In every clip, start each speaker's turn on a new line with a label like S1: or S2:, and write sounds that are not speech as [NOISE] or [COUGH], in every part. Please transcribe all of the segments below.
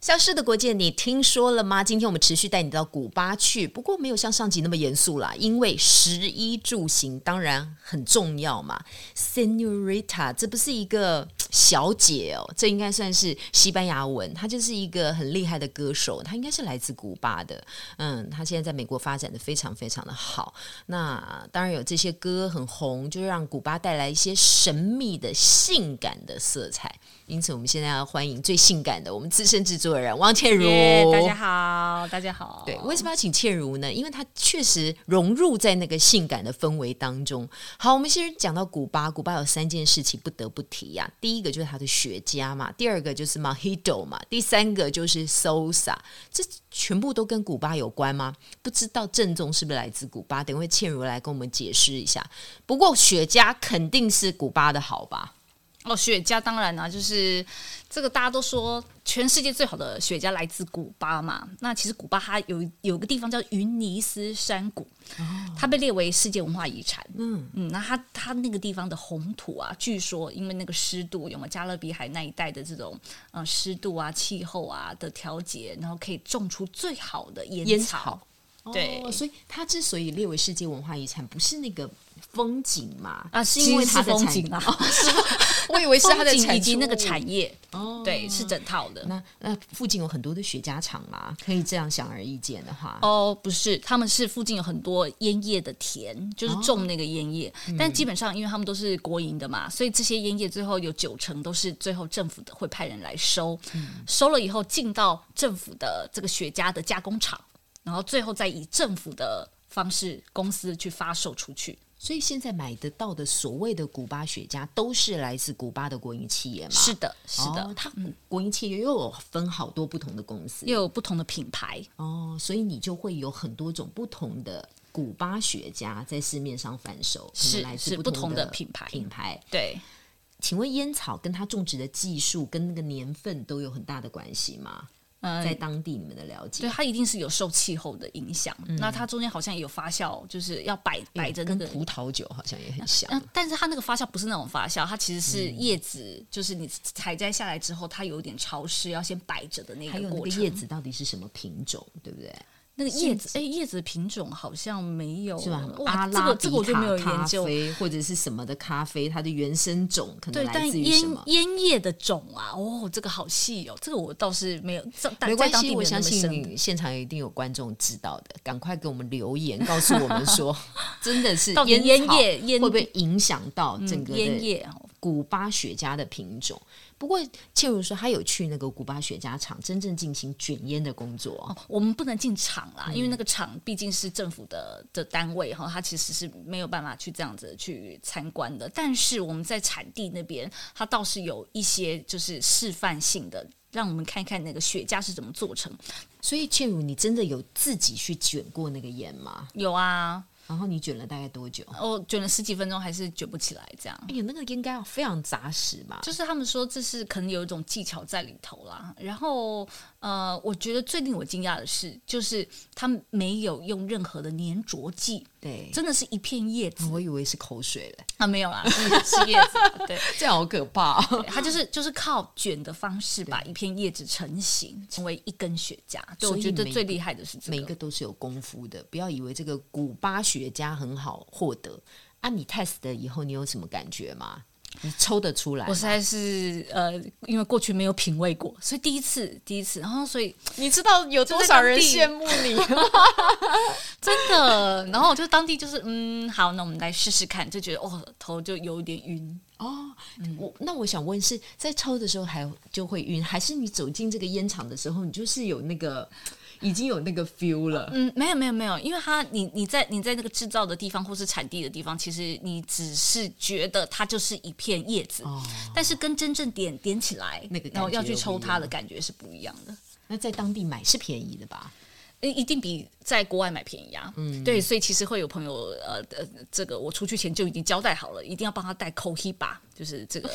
S1: 消失的国界，你听说了吗？今天我们持续带你到古巴去，不过没有像上集那么严肃啦，因为食衣住行当然很重要嘛。Senorita，这不是一个小姐哦，这应该算是西班牙文，她就是一个很厉害的歌手，她应该是来自古巴的。嗯，她现在在美国发展的非常非常的好。那呃当然有这些歌很红，就让古巴带来一些神秘的、性感的色彩。因此，我们现在要欢迎最性感的我们资深制作人王倩茹。
S2: 耶大家好，大家好。
S1: 对，为什么要请倩茹呢？因为她确实融入在那个性感的氛围当中。好，我们先讲到古巴，古巴有三件事情不得不提呀、第一个就是它的雪茄嘛，第二个就是 Mojito 嘛，第三个就是 Sosa，这全部都跟古巴有关吗？不知道正宗是不是来自古巴？等会倩茹来跟我们解释一下。不过雪茄肯定是古巴的好吧？
S2: 哦，雪茄当然啦、就是这个大家都说全世界最好的雪茄来自古巴嘛。那其实古巴它有有个地方叫云尼斯山谷，它被列为世界文化遗产。哦嗯嗯，那它它那个地方的红土啊，据说因为那个湿度，有没有加勒比海那一带的这种呃湿度啊、气候啊的调节，然后可以种出最好的烟
S1: 烟
S2: 草
S1: 草
S2: 对
S1: 哦所以它之所以列为世界文化遗产，不是那个风景嘛？
S2: 啊，是因为它
S1: 它哦
S2: 的风景啊， [LAUGHS]
S1: 我以为是它的
S2: 风景
S1: 产
S2: 以及那个
S1: 出物
S2: 产业，
S1: 哦
S2: 对，是整套的。
S1: 那那附近有很多的雪茄厂嘛，可以这样显而易见的话，
S2: 哦，不是，他们是附近有很多烟叶的田，就是种那个烟叶，但基本上因为他们都是国营的嘛，所以这些烟叶最后有九成都是最后政府的会派人来收，收了以后进到政府的这个雪茄的加工厂，然后最后再以政府的方式公司去发售出去。
S1: 所以现在买得到的所谓的古巴雪茄，都是来自古巴的国营企业嘛？
S2: 是的，是的，
S1: 哦它国营企业又有分好多不同的公司
S2: 又有不同的品牌。
S1: 哦，所以你就会有很多种不同的古巴雪茄在市面上贩售，可能
S2: 是
S1: 来
S2: 是
S1: 自
S2: 不同的品牌
S1: 品牌，
S2: 对，
S1: 请问烟草跟它种植的技术跟那个年份都有很大的关系吗？
S2: 嗯
S1: 在当地你们的了解
S2: 对，，它一定是有受气候的影响。那它中间好像也有发酵，就是要摆摆着那
S1: 嗯跟
S2: 个
S1: 葡萄酒好像也很像。
S2: 嗯，但是它那个发酵不是那种发酵，它其实是
S1: 嗯
S2: 叶子，就是你采摘下来之后，它有点潮湿，要先摆着的那
S1: 还
S2: 个
S1: 有那
S2: 过
S1: 个
S2: 程。
S1: 叶子到底是什么品种，对不对？
S2: 那个叶子，哎，叶子品种好像没有，
S1: 是吧？什么
S2: 哇，
S1: 阿
S2: 这
S1: 拉
S2: 个这个我
S1: 比
S2: 就
S1: 卡
S2: 没有研
S1: 咖
S2: 究。
S1: 啡或者是什么的咖啡，它的原生种可能
S2: 对，
S1: 来
S2: 但
S1: 自于什
S2: 烟
S1: 么？
S2: 烟叶的种啊，哦，这个好细哦，这个我倒是没有，在
S1: 没
S2: 在
S1: 关
S2: 当
S1: 系，
S2: 地
S1: 我
S2: 没有那
S1: 相
S2: 么深。
S1: 信现场一定有观众知道的，赶快给我们留言，告诉我们 [LAUGHS] 说，真的是
S2: 到底
S1: 烟嗯
S2: 烟
S1: 草
S2: 叶烟嗯
S1: 会不会影响到整个的
S2: 烟叶哦，
S1: 古巴雪茄的品种？不过倩茹说，她有去那个古巴雪茄厂真正进行卷烟的工作哦
S2: 哦，我们不能进厂啦，因为那个厂毕竟是政府的的单位哈，它其实是没有办法去这样子去参观的。但是我们在产地那边，它倒是有一些就是示范性的，让我们看看那个雪茄是怎么做成。
S1: 所以倩茹，你真的有自己去卷过那个烟吗？
S2: 有啊，
S1: 然后你卷了大概多久？
S2: 我卷了十几分钟还是卷不起来，这样。
S1: 哎呀，那个应该要非常扎实吧？
S2: 就是他们说这是可能有一种技巧在里头啦。然后呃，我觉得最令我惊讶的是，就是他们没有用任何的粘着剂，
S1: 对，
S2: 真的是一片叶子
S1: 我以为是口水嘞，
S2: [LAUGHS] 啊，没有啦，是叶子啊，对。
S1: [LAUGHS] 这样好可怕、哦
S2: 对它就是就是靠卷的方式把一片叶子成型，成为一根雪茄。对，
S1: 所
S2: 我
S1: 以
S2: 觉得
S1: 每
S2: 最厉害的是
S1: [LAUGHS]
S2: 这
S1: 每一
S2: 个。
S1: 个都是有功夫的，不要以为这个古巴雪茄很好获得啊！你 test 了以后，你有什么感觉吗？你抽得出来吗
S2: 我？实在是呃，因为过去没有品味过，所以第一次第一次，然后所以
S1: 你知道有
S2: 多少人羡
S1: 慕你？
S2: 真的，然后我就当地就是嗯，好，那我们来试试看，就觉得哦，头就有点晕。
S1: 哦，我那我想问是在抽的时候还就会晕，还是你走进这个烟厂的时候，你就是有那个已经有那个 feel 了？
S2: 嗯，没有没有没有，因为它你你在你在那个制造的地方或是产地的地方，其实你只是觉得它就是一片叶子，
S1: 哦，
S2: 但是跟真正点点起来
S1: 那个感
S2: 然后要
S1: 觉
S2: 去
S1: 又不
S2: 抽
S1: 一
S2: 它
S1: 样
S2: 的感觉是不一样的。
S1: 那在当地买是便宜的吧？
S2: 呃一定比在国外买便宜啊。嗯，对，所以其实会有朋友呃呃，这个我出去前就已经交代好了，一定要帮他带 Cohiba，就
S1: [LAUGHS]
S2: 是这个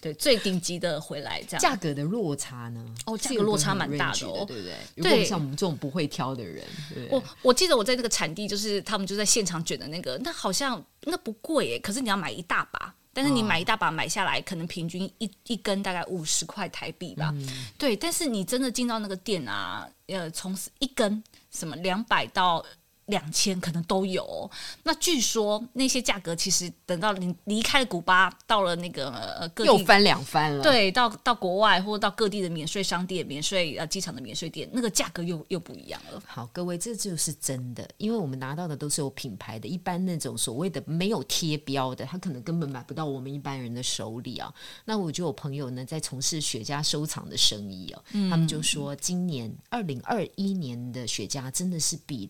S2: 对最顶级的回来这样。
S1: 价格的落差呢？
S2: 哦
S1: 是
S2: 价格
S1: 有个
S2: 落差
S1: 很
S2: 蛮大
S1: range
S2: 的
S1: 的
S2: 哦
S1: 对不对？如果
S2: 对
S1: 像我们这种不会挑的人，对不对
S2: 我 [LAUGHS] 我记得我在那个产地，就是他们就在现场卷的那个，那好像那不贵耶，可是你要买一大把。但是你买一大把买下来，可能平均一一根大概五十块台币吧。
S1: 嗯
S2: 对，但是你真的进到那个店啊，呃，从一根什么两百到。两千可能都有哦、那据说那些价格其实等到你离开了古巴，到了那个呃各
S1: 又
S2: 地
S1: 翻两番了。，
S2: 对，到到国外或者到各地的免税商店、免税呃机场的免税店，那个价格又又不一样了。
S1: 好，各位，这就是真的，因为我们拿到的都是有品牌的，一般那种所谓的没有贴标的，他可能根本买不到我们一般人的手里啊。那我就有朋友呢，在从事雪茄收藏的生意哦、
S2: 嗯
S1: 他们就说，今年二零二一年的雪茄真的是比。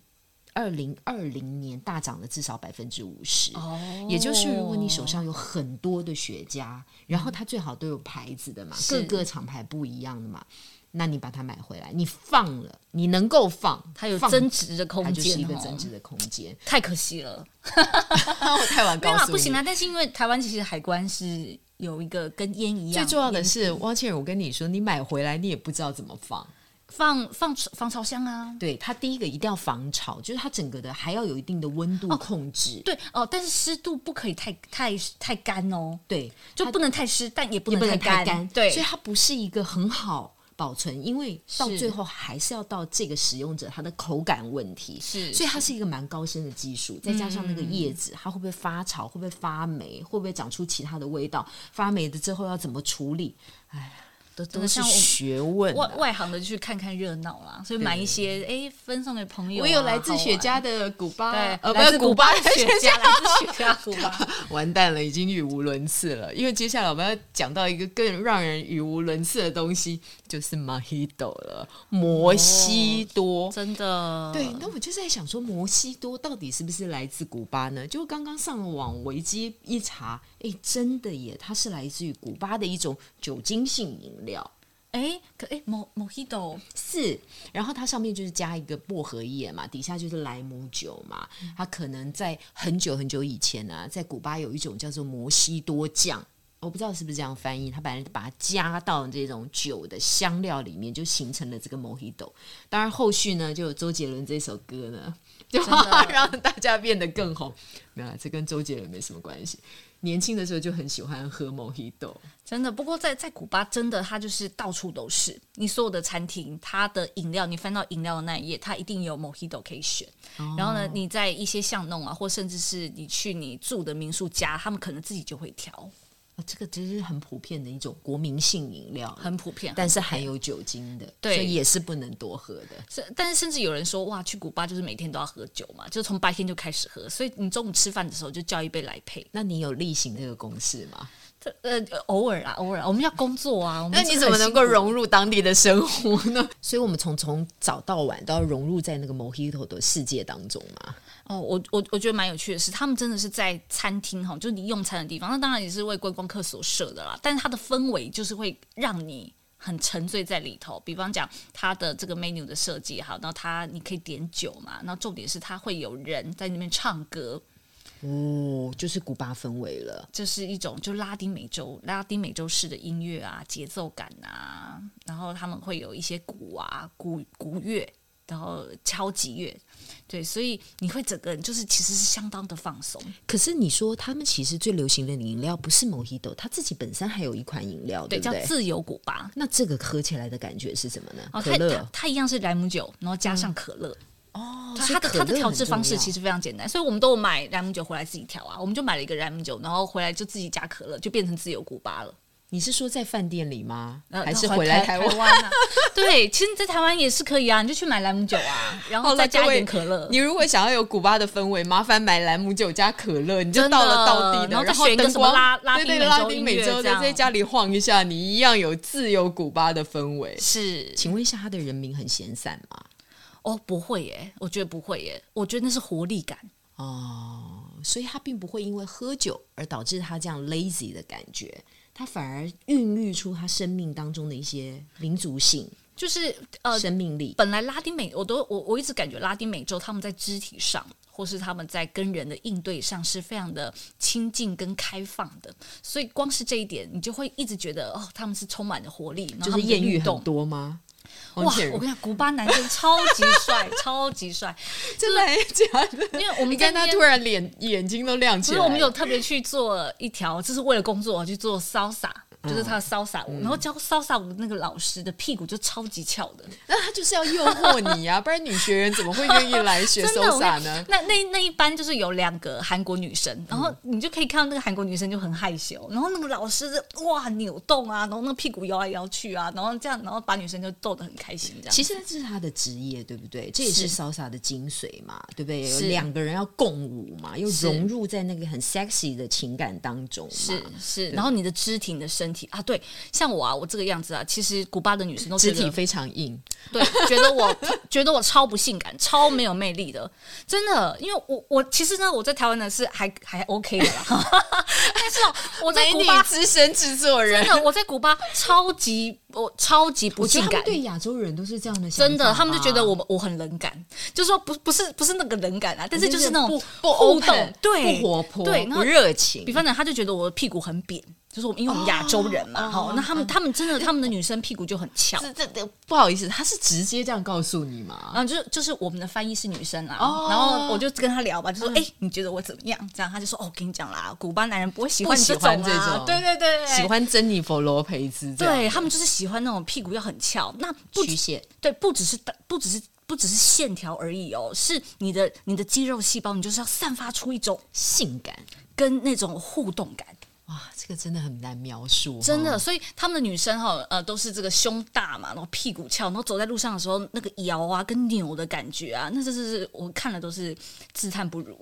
S1: 二零二零年大涨了至少百分之五十，
S2: 哦
S1: 也就是如果你手上有很多的雪茄，然后它最好都有牌子的嘛，各
S2: 是
S1: 个厂牌不一样的嘛，那你把它买回来，你放了，你能够放，
S2: 它有
S1: 放
S2: 增值的空
S1: 它就是
S2: 间
S1: 一个
S2: 哦
S1: 增值的空间。
S2: 太可惜了。
S1: [LAUGHS] 我太晚
S2: 没有
S1: 告
S2: 啦，
S1: 诉你，
S2: 不行啊！但是因为台湾其实海关是有一个跟烟一样，
S1: 最重要的是，汪倩儿，我跟你说，你买回来你也不知道怎么放。
S2: 放放防潮箱啊。
S1: 对，它第一个一定要防潮，就是它整个的还要有一定的温度控制。
S2: 对哦，但是湿度不可以太太太干哦，
S1: 对，
S2: 就不能太湿，但也不
S1: 也不
S2: 能
S1: 能
S2: 干。
S1: 太干，
S2: 对，
S1: 所以它不是一个很好保存，因为到
S2: 是
S1: 最后还是要到这个使用者他的口感问题，
S2: 是
S1: 所以它是一个蛮高深的技术，再加上那个叶子，它会不会发潮，会不会发霉，会不会长出其他的味道，发霉了之后要怎么处理，哎呀，都
S2: 真
S1: 都
S2: 的
S1: 是
S2: 像我
S1: 学问啊、
S2: 外外行的去看看热闹啦，所以买一些哎分送给朋友啊。
S1: 我有来自
S2: 好
S1: 雪
S2: 玩
S1: 茄的古巴，
S2: 对，
S1: 呃，不
S2: 来
S1: 是
S2: 自
S1: 古
S2: 古
S1: 巴
S2: 巴
S1: 的
S2: 的
S1: 雪
S2: 雪
S1: 茄
S2: 茄，啊来自雪茄古巴。
S1: [LAUGHS] 完蛋了，已经语无伦次了。因为接下来我们要讲到一个更让人语无伦次的东西，就是 Mojito 了，摩西多。
S2: [LAUGHS] 哦真的，
S1: 对，那我就在想说，摩西多到底是不是来自古巴呢？就刚刚上网维基一查，哎，真的耶，它是来自于古巴的一种酒精性饮料。
S2: 哎，可哎，mo mojito
S1: 是，然后它上面就是加一个薄荷叶嘛，底下就是莱姆酒嘛。它可能在很久很久以前啊，在古巴有一种叫做摩西多酱，我不知道是不是这样翻译。它本来把它加到这种酒的香料里面，就形成了这个 Mojito。当然后续呢，就有周杰伦这首歌呢，就
S2: 的
S1: [LAUGHS] 让大家变得更红。没有啦，啊这跟周杰伦没什么关系。年轻的时候就很喜欢喝 Mojito。
S2: 真的，不过在在古巴真的，它就是到处都是。你所有的餐厅，它的饮料，你翻到饮料的那一页，它一定有 mojito 可以选。
S1: 哦
S2: 然后呢，你在一些巷弄啊，或甚至是你去你住的民宿家，他们可能自己就会调，
S1: 哦这个真是很普遍的一种国民性饮料啊了，
S2: 很普遍。啊
S1: 但是含有酒精的，
S2: 对
S1: 所以也是不能多喝的。
S2: 是，但是甚至有人说，哇，去古巴就是每天都要喝酒嘛，就从白天就开始喝，所以你中午吃饭的时候就叫一杯来配。
S1: 那你有例行这个公式吗？
S2: 这呃，偶尔啊，偶尔啊、我们要工作啊，我们
S1: 那你
S2: 是
S1: 怎么
S2: 很
S1: 能
S2: 辛
S1: 够
S2: 苦的
S1: 融入当地的生活呢？ [LAUGHS] 所以我们从从早到晚都要融入在那个 Mojito 的世界当中嘛。
S2: 哦，我我我觉得蛮有趣的是，他们真的是在餐厅哈，就是你用餐的地方，那当然也是为观光客所设的啦。但是它的氛围就是会让你很沉醉在里头。比方讲，它的这个 menu 的设计好，然后它你可以点酒嘛，然后重点是它会有人在那边唱歌，
S1: 哦，就是古巴氛围了。
S2: 就是一种就拉丁美洲拉丁美洲式的音乐啊，节奏感啊，然后他们会有一些鼓啊鼓鼓乐，然后敲击乐，对，所以你会整个人就是其实是相当的放松。
S1: 可是你说他们其实最流行的饮料不是 Mojito，它自己本身还有一款饮料，
S2: 对，
S1: 不
S2: 叫
S1: 对？
S2: 自由古巴。
S1: 那这个喝起来的感觉是什么呢？
S2: 哦，
S1: 可
S2: 它
S1: 乐
S2: 它。它一样是莱姆酒，然后加上可乐。
S1: 哦
S2: 它它的它的调制方式其
S1: 实
S2: 实非常简单，所以我们都有买莱姆酒回来自己调啊。我们就买了一个莱姆酒，然后回来就自己加可乐，就变成自由古巴了。
S1: 你是说在饭店里吗？
S2: 呃
S1: 还是
S2: 然后
S1: 回来
S2: 台
S1: 台湾？
S2: 湾啊？对，其实你在台湾也是可以啊，你就去买莱姆酒
S1: [LAUGHS]
S2: 啊，然后再加一点
S1: 哦
S2: 可乐。
S1: 你如果想要有古巴的氛围，麻烦买兰姆酒加可乐，你就
S2: 真的
S1: 到了到地
S2: 然后再
S1: 然后
S2: 选一个
S1: 灯
S2: 什么
S1: 光
S2: 拉拉
S1: 对对
S2: 丁美洲
S1: 拉丁美
S2: 音乐
S1: 洲
S2: 这
S1: 的，
S2: 样
S1: 在家里晃一下，你一样有自由古巴的氛围。
S2: 是
S1: 请问一下，他的人民很闲散吗？
S2: 哦，不会耶，我觉得不会耶，我觉得那是活力感。
S1: 哦，所以他并不会因为喝酒而导致他这样 lazy 的感觉，他反而孕育出他生命当中的一些民族性、
S2: 就是呃，
S1: 生命力。
S2: 本来拉丁美，我都我我一直感觉拉丁美洲他们在肢体上，或是他们在跟人的应对上是非常的亲近跟开放的，所以光是这一点，你就会一直觉得哦，他们是充满了活力，然后
S1: 就
S2: 他
S1: 是
S2: 们的
S1: 艳遇
S2: 律
S1: 很
S2: 动，
S1: 多吗？
S2: 哇！我跟你讲，古巴男生超级帅， [LAUGHS] 超级帅。
S1: 真的还是假的？
S2: 因为我们
S1: 你
S2: 在
S1: 看他
S2: 那边
S1: 突然脸眼睛都亮起
S2: 所
S1: 来
S2: 以
S1: 了，
S2: 我们有特别去做一条，就是为了工作去做潇洒，就是他的潇洒
S1: 嗯
S2: 舞，然后教潇洒舞的那个老师的屁股就超级翘的，
S1: 那他就是要诱惑你呀、不然女学员怎么会愿意来学 [LAUGHS]
S2: 真的。
S1: 搜
S2: 我
S1: 撒
S2: 跟你
S1: 呢
S2: 讲？那那那一班就是有两个韩国女生，然后你就可以看到那个韩国女生就很害羞，然后那个老师就哇扭动啊，然后那个屁股摇来摇去啊，然后这样，然后把女生就逗得很开心这样。
S1: 其实这是他的职业，对不对？这也是
S2: 是
S1: 潇洒的精髓嘛，对不对？有
S2: 是
S1: 两个人要共舞嘛，又
S2: 是
S1: 融入在那个很 sexy 的情感当中嘛。
S2: 是是，然后你的肢体、你的身体啊，对，像我啊，我这个样子啊，其实古巴的女生都
S1: 肢
S2: 觉得
S1: 体非常硬，
S2: 对，觉得我觉得我超不性感，超没有魅力的，真的。因为我我其实呢，我在台湾呢是还还 OK 的啦， [LAUGHS] 但是哦我在古巴
S1: 资深制作人
S2: 真的我在古巴超级我超级不
S1: 我觉
S2: 性
S1: 得他
S2: 感
S1: 们。对啊亚洲人都是这样的想法吧，
S2: 真的，他们就觉得我我很冷感，就说不不是不是那个冷感啊，但是就是那种
S1: 不不
S2: 互
S1: open，
S2: 动，对，
S1: 不活泼，
S2: 对，然
S1: 不
S2: 后
S1: 热情
S2: 比。方讲，他就觉得我的屁股很扁，就是我们因为我们亚洲人
S1: 哦
S2: 嘛，哈、那他们他们真的他们的女生屁股就很翘，
S1: 这这这不好意思，他是直接这样告诉你吗？
S2: 然后就是就是我们的翻译是女生啦，
S1: 哦嗯
S2: 然后我就跟他聊吧，就说哎、你觉得我怎么样？这样他就说哦，我跟你讲啦，古巴男人不会喜欢你
S1: 不喜
S2: 种
S1: 欢这
S2: 啦
S1: 种，
S2: 对对对，
S1: 喜。欢珍妮佛罗培兹这样
S2: 对他们就是喜欢那种屁股要很翘，那不
S1: 曲线，
S2: 对，不只是不只是不只是线条而已哦，是你的你的肌肉细胞，你就是要散发出一种
S1: 性感
S2: 跟那种互动感，
S1: 哇，这个真的很难描述，
S2: 真
S1: 哈
S2: 的，所以他们的女生哈，呃，都是这个胸大嘛，然后屁股翘，然后走在路上的时候，那个摇啊跟扭的感觉啊，那就是我看了都是自叹不如，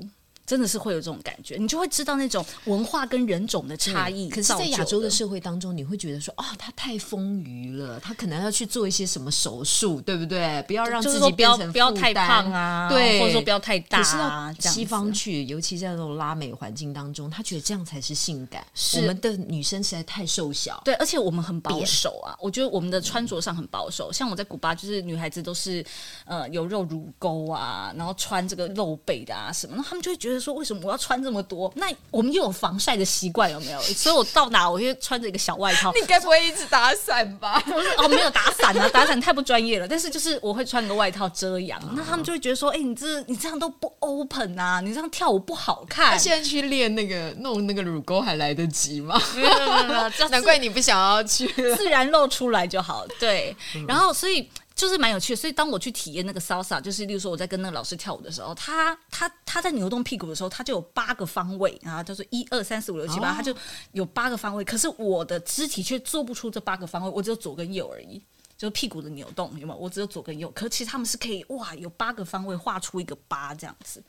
S2: 真的是会有这种感觉，你就会知道那种文化跟人种的差异
S1: 嗯可是，
S2: 造就
S1: 在
S2: 的。
S1: 亚洲的社会当中，你会觉得说，哦，他太丰腴了，他可能要去做一些什么手术，对不对？不要让
S2: 就
S1: 自
S2: 是
S1: 己
S2: 说不要
S1: 变成
S2: 不要
S1: 负
S2: 太
S1: 担
S2: 胖啊，
S1: 对，
S2: 或者说不要太大
S1: 可是
S2: 啊，
S1: 到
S2: 这样
S1: 西
S2: 子
S1: 方去，尤其在那种拉美环境当中，他觉得这样才是性感。
S2: 是
S1: 我们的女生实在太瘦小，
S2: 对，而且我们很保守啊，我觉得我们的穿着上很保守。像我在古巴，就是女孩子都是呃有肉乳沟啊，然后穿这个露背的啊什么，那他们就会觉得说，为什么我要穿这么多？那我们又有防晒的习惯，有没有？所以我到哪我就穿着一个小外套。
S1: 你该不会一直打伞吧？
S2: 不是哦，没有打伞啊，打伞太不专业了。但是就是我会穿个外套遮阳，那他们就会觉得说，哎、你这你这样都不 open 啊，你这样跳舞不好看
S1: 他。现在去练那个弄那个乳沟还来得及吗？
S2: 没有没有没有， [LAUGHS] 这
S1: [LAUGHS]
S2: 样
S1: 难怪你不想要去了。
S2: 自然露出来就 [LAUGHS] 好。对，然后所以就是蛮有趣的。所以当我去体验那个 salsa，就是例如说我在跟那个老师跳舞的时候，他他他在扭动屁股的时候，他就有八个方位啊，就是一二三四五六七八，他就有八个方位。可是我的肢体却做不出这八个方位，我只有左跟右而已。就是屁股的扭动，有没有？我只有左跟右，可其实他们是可以哇，有八个方位画出一个八这样子，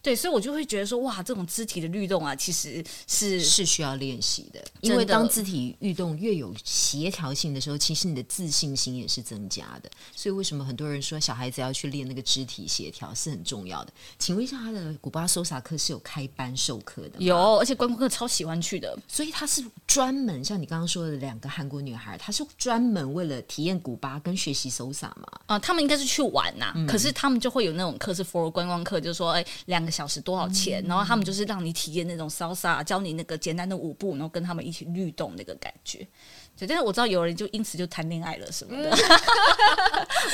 S2: 对，所以我就会觉得说哇，这种肢体的律动啊，其实是
S1: 是需要练习的，
S2: 真的
S1: 因为当肢体运动越有协调性的时候，其实你的自信心也是增加的。所以为什么很多人说小孩子要去练那个肢体协调是很重要的？请问一下，他的古巴搜查课是有开班授课的吗？
S2: 有，而且观光客超喜欢去的，
S1: 所以他是专门像你刚刚说的两个韩国女孩，她是专门为了体验古巴跟学习搜撒嘛？
S2: 啊、他们应该是去玩呐、可是他们就会有那种课是 for 观光课，就是说，哎、两个小时多少钱？然后他们就是让你体验那种 salsa，教你那个简单的舞步，然后跟他们一起律动那个感觉。对，但是我知道有人就因此就谈恋爱了什么的，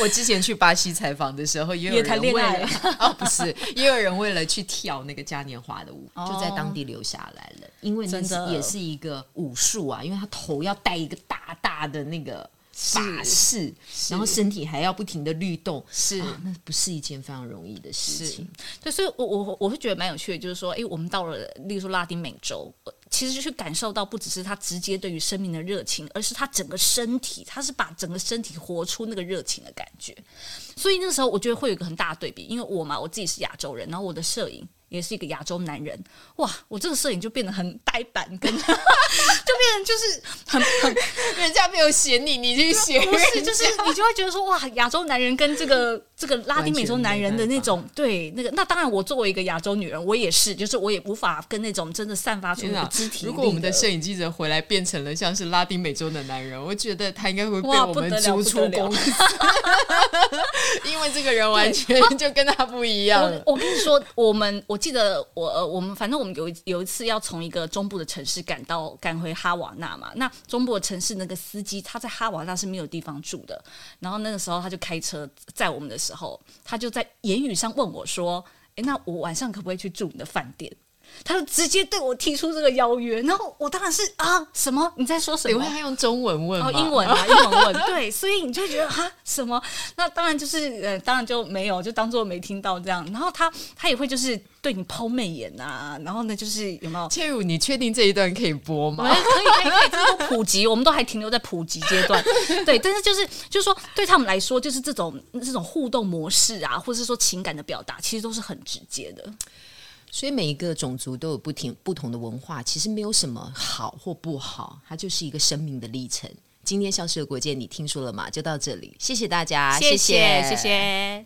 S1: 我之前去巴西采访的时候，也有
S2: 也
S1: 人
S2: 谈恋
S1: 为
S2: 爱
S1: 了 [LAUGHS] 哦，不是，也有人为了去跳那个嘉年华的舞，就在当地留下来了，因为那
S2: 真
S1: 是
S2: 的
S1: 也是一个武术啊，因为他头要戴一个大大的那个法式，然后身体还要不停的律动，
S2: 是
S1: 啊那不是一件非常容易的事情。
S2: 对，所以我我我会觉得蛮有趣的，就是说，哎、我们到了，例如说拉丁美洲，呃其实去感受到不只是他直接对于生命的热情，而是他整个身体，他是把整个身体活出那个热情的感觉。所以那时候我觉得会有一个很大的对比，因为我嘛，我自己是亚洲人，然后我的摄影。也是一个亚洲男人，哇！我这个摄影就变得很呆板，跟就变成就是很很
S1: [LAUGHS] 人家没有嫌你，你去嫌
S2: 不是，就是你就会觉得说，哇，亚洲男人跟这个 [LAUGHS] 这个拉丁美洲男人的那种对那个，那当然，我作为一个亚洲女人，我也是，就是我也无法跟那种真的散发出
S3: 天
S2: 那个
S3: 哪
S2: 肢体力
S3: 如果我们的
S2: 的
S3: 摄影记者回来变成了像是拉丁美洲的男人，我觉得他应该会被
S2: 哇
S3: 我们
S2: 不得了
S3: 逐出
S2: 不得了
S3: 公司，
S1: [LAUGHS]
S3: 因为这个人完全就跟他不一样了。
S2: 我我跟你说，我们我记得我呃，我们反正我们有一有一次要从一个中部的城市赶到赶回哈瓦那嘛，那中部的城市那个司机他在哈瓦那是没有地方住的，然后那个时候他就开车载我们的时候，他就在言语上问我说：“诶，那我晚上可不可以去住你的饭店？”他就直接对我提出这个邀约，然后我当然是啊，什么？你在说什
S3: 你
S2: 么
S3: 问？他用中文问吗？
S2: 哦，英文啊，英文 [LAUGHS] 问，对，所以你就觉得哈什么？那当然就是呃，当然就没有，就当做没听到这样。然后他他也会就是对你抛媚眼啊，然后呢就是有没 [LAUGHS] 有？
S3: 切入，你确定这一段可以播
S2: 我
S3: 吗？ [LAUGHS]
S2: 们哦可以可以可以，这个普及，我们都还停留在普及阶 [LAUGHS] 段，对。但是就是就是说，对他们来说，就是这种这种互动模式啊，或者是说情感的表达，其实都是很直接的。
S1: 所以每一个种族都有不停不同的文化，其实没有什么好或不好，它就是一个生命的历程。今天消失的国界，你听说了吗？就到这里，谢谢大家，
S2: 谢
S1: 谢
S2: 谢谢。